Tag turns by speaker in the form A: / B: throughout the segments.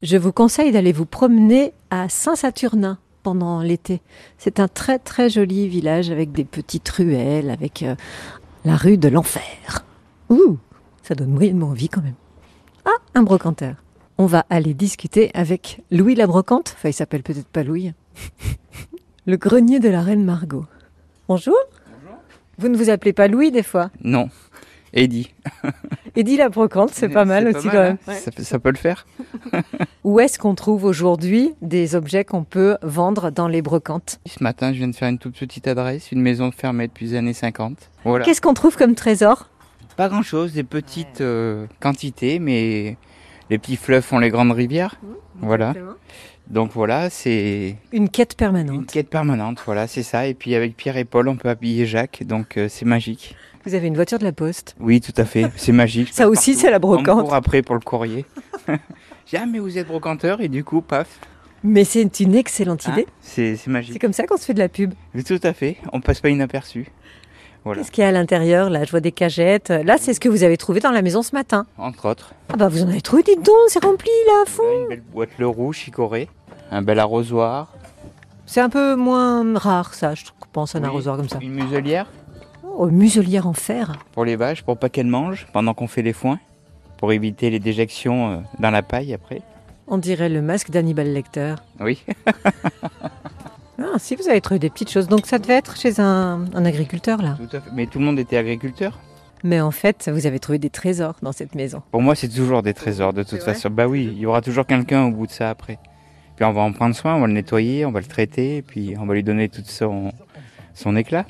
A: Je vous conseille d'aller vous promener à Saint-Saturnin pendant l'été. C'est un très très joli village avec des petites ruelles, avec euh, la rue de l'enfer. Ouh, ça donne moyennement envie quand même. Ah, un brocanteur. On va aller discuter avec Louis la brocante. Enfin, il s'appelle peut-être pas Louis. Le grenier de la reine Margot. Bonjour. Vous ne vous appelez pas Louis des fois
B: Non. Eddie.
A: Eddie la brocante, c'est pas mal aussi quand même.
B: hein. Ça, peut- ça peut le faire.
A: Où est-ce qu'on trouve aujourd'hui des objets qu'on peut vendre dans les brocantes
B: Ce matin, je viens de faire une toute petite adresse, une maison fermée depuis les années 50. Voilà.
A: Qu'est-ce qu'on trouve comme trésor
B: Pas grand-chose, des petites euh, quantités, mais les petits fleuves font les grandes rivières. Voilà. Donc voilà, c'est
A: Une quête
B: une
A: permanente.
B: quête permanente. Voilà, c'est ça. Et puis avec Pierre et Paul, on peut habiller Jacques, donc euh, c'est magique.
A: Vous avez une voiture de la poste.
B: Oui, tout à fait, c'est magique.
A: Ça aussi, c'est la
B: On me
A: brocante.
B: court après pour le courrier. J'ai ah mais vous êtes brocanteur et du coup paf.
A: Mais c'est une excellente
B: Hein,
A: idée.
B: c'est c'est
A: C'est
B: magique.
A: comme ça qu'on se fait de la pub.
B: Tout à fait. On passe pas inaperçu. Voilà.
A: Qu'est-ce qu'il y a à l'intérieur Là, je vois des cagettes. Là, c'est ce que vous avez trouvé dans la maison ce matin.
B: Entre autres.
A: Ah bah, vous en avez trouvé, dites donc, c'est rempli là à fond.
B: Voilà, une belle boîte le rouge chicorée. Un bel arrosoir.
A: C'est un peu moins rare, ça, je pense, un
B: Oui.
A: arrosoir comme ça.
B: Une muselière
A: Oh, muselière en fer.
B: pour les vaches, pour pas qu'elles mangent pendant qu'on fait les foins. Pour éviter les déjections euh, dans la paille après.
A: On dirait le masque d'Hannibal Lecter.
B: Oui.
A: Ah, si vous avez trouvé des petites choses, donc ça devait être chez un, un agriculteur là.
B: Tout à fait. Mais tout le monde était agriculteur.
A: Mais en fait, vous avez trouvé des trésors dans cette maison.
B: Pour moi, c'est toujours des trésors de toute
A: vrai
B: façon. Bah oui, il y aura toujours quelqu'un au bout de ça après. Puis on va en prendre soin, on va le nettoyer, on va le traiter, et puis on va lui donner tout son, son éclat.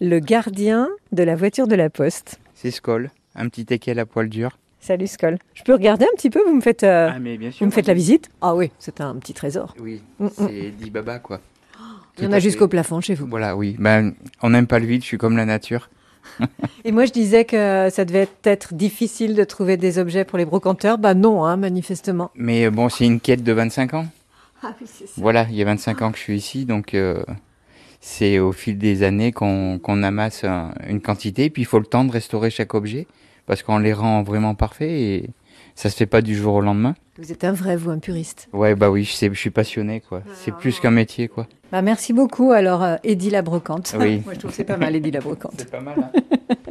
A: Le gardien de la voiture de la poste.
B: C'est Skoll, un petit équel à poil dur. Ah,
A: Salut Skoll. Je peux regarder un petit peu Vous me faites, euh,
B: mais bien sûr.
A: vous me faites la visite Ah oui, c'est un petit trésor.
B: Oui,
A: Mm, Oh.
B: c'est dit baba quoi.
A: Il y en
B: Tout
A: a
B: à
A: jusqu'au
B: fait.
A: plafond chez vous.
B: Voilà, oui. Ben, on n'aime pas le vide, je suis comme la nature.
A: Et moi, je disais que ça devait être difficile de trouver des objets pour les brocanteurs. Bah non, hein, manifestement.
B: Mais euh, bon, c'est une quête de 25 ans.
A: Ah oui, c'est ça.
B: Voilà, il y a 25 ans que je suis ici, donc euh, c'est au fil des années qu'on qu'on amasse un- une quantité, puis il faut le temps de restaurer chaque objet, parce qu'on les rend vraiment parfaits et ça se fait pas du jour au lendemain.
A: Vous êtes un vrai, vous, un puriste.
B: Ouais, bah oui, je, sais- je suis passionné, quoi. C'est plus qu'un métier, quoi.
A: Bah, merci beaucoup, alors, euh, Eddie la brocante.
B: Oui.
A: moi, je trouve que c'est pas mal, Eddie la brocante.
B: pas mal, hein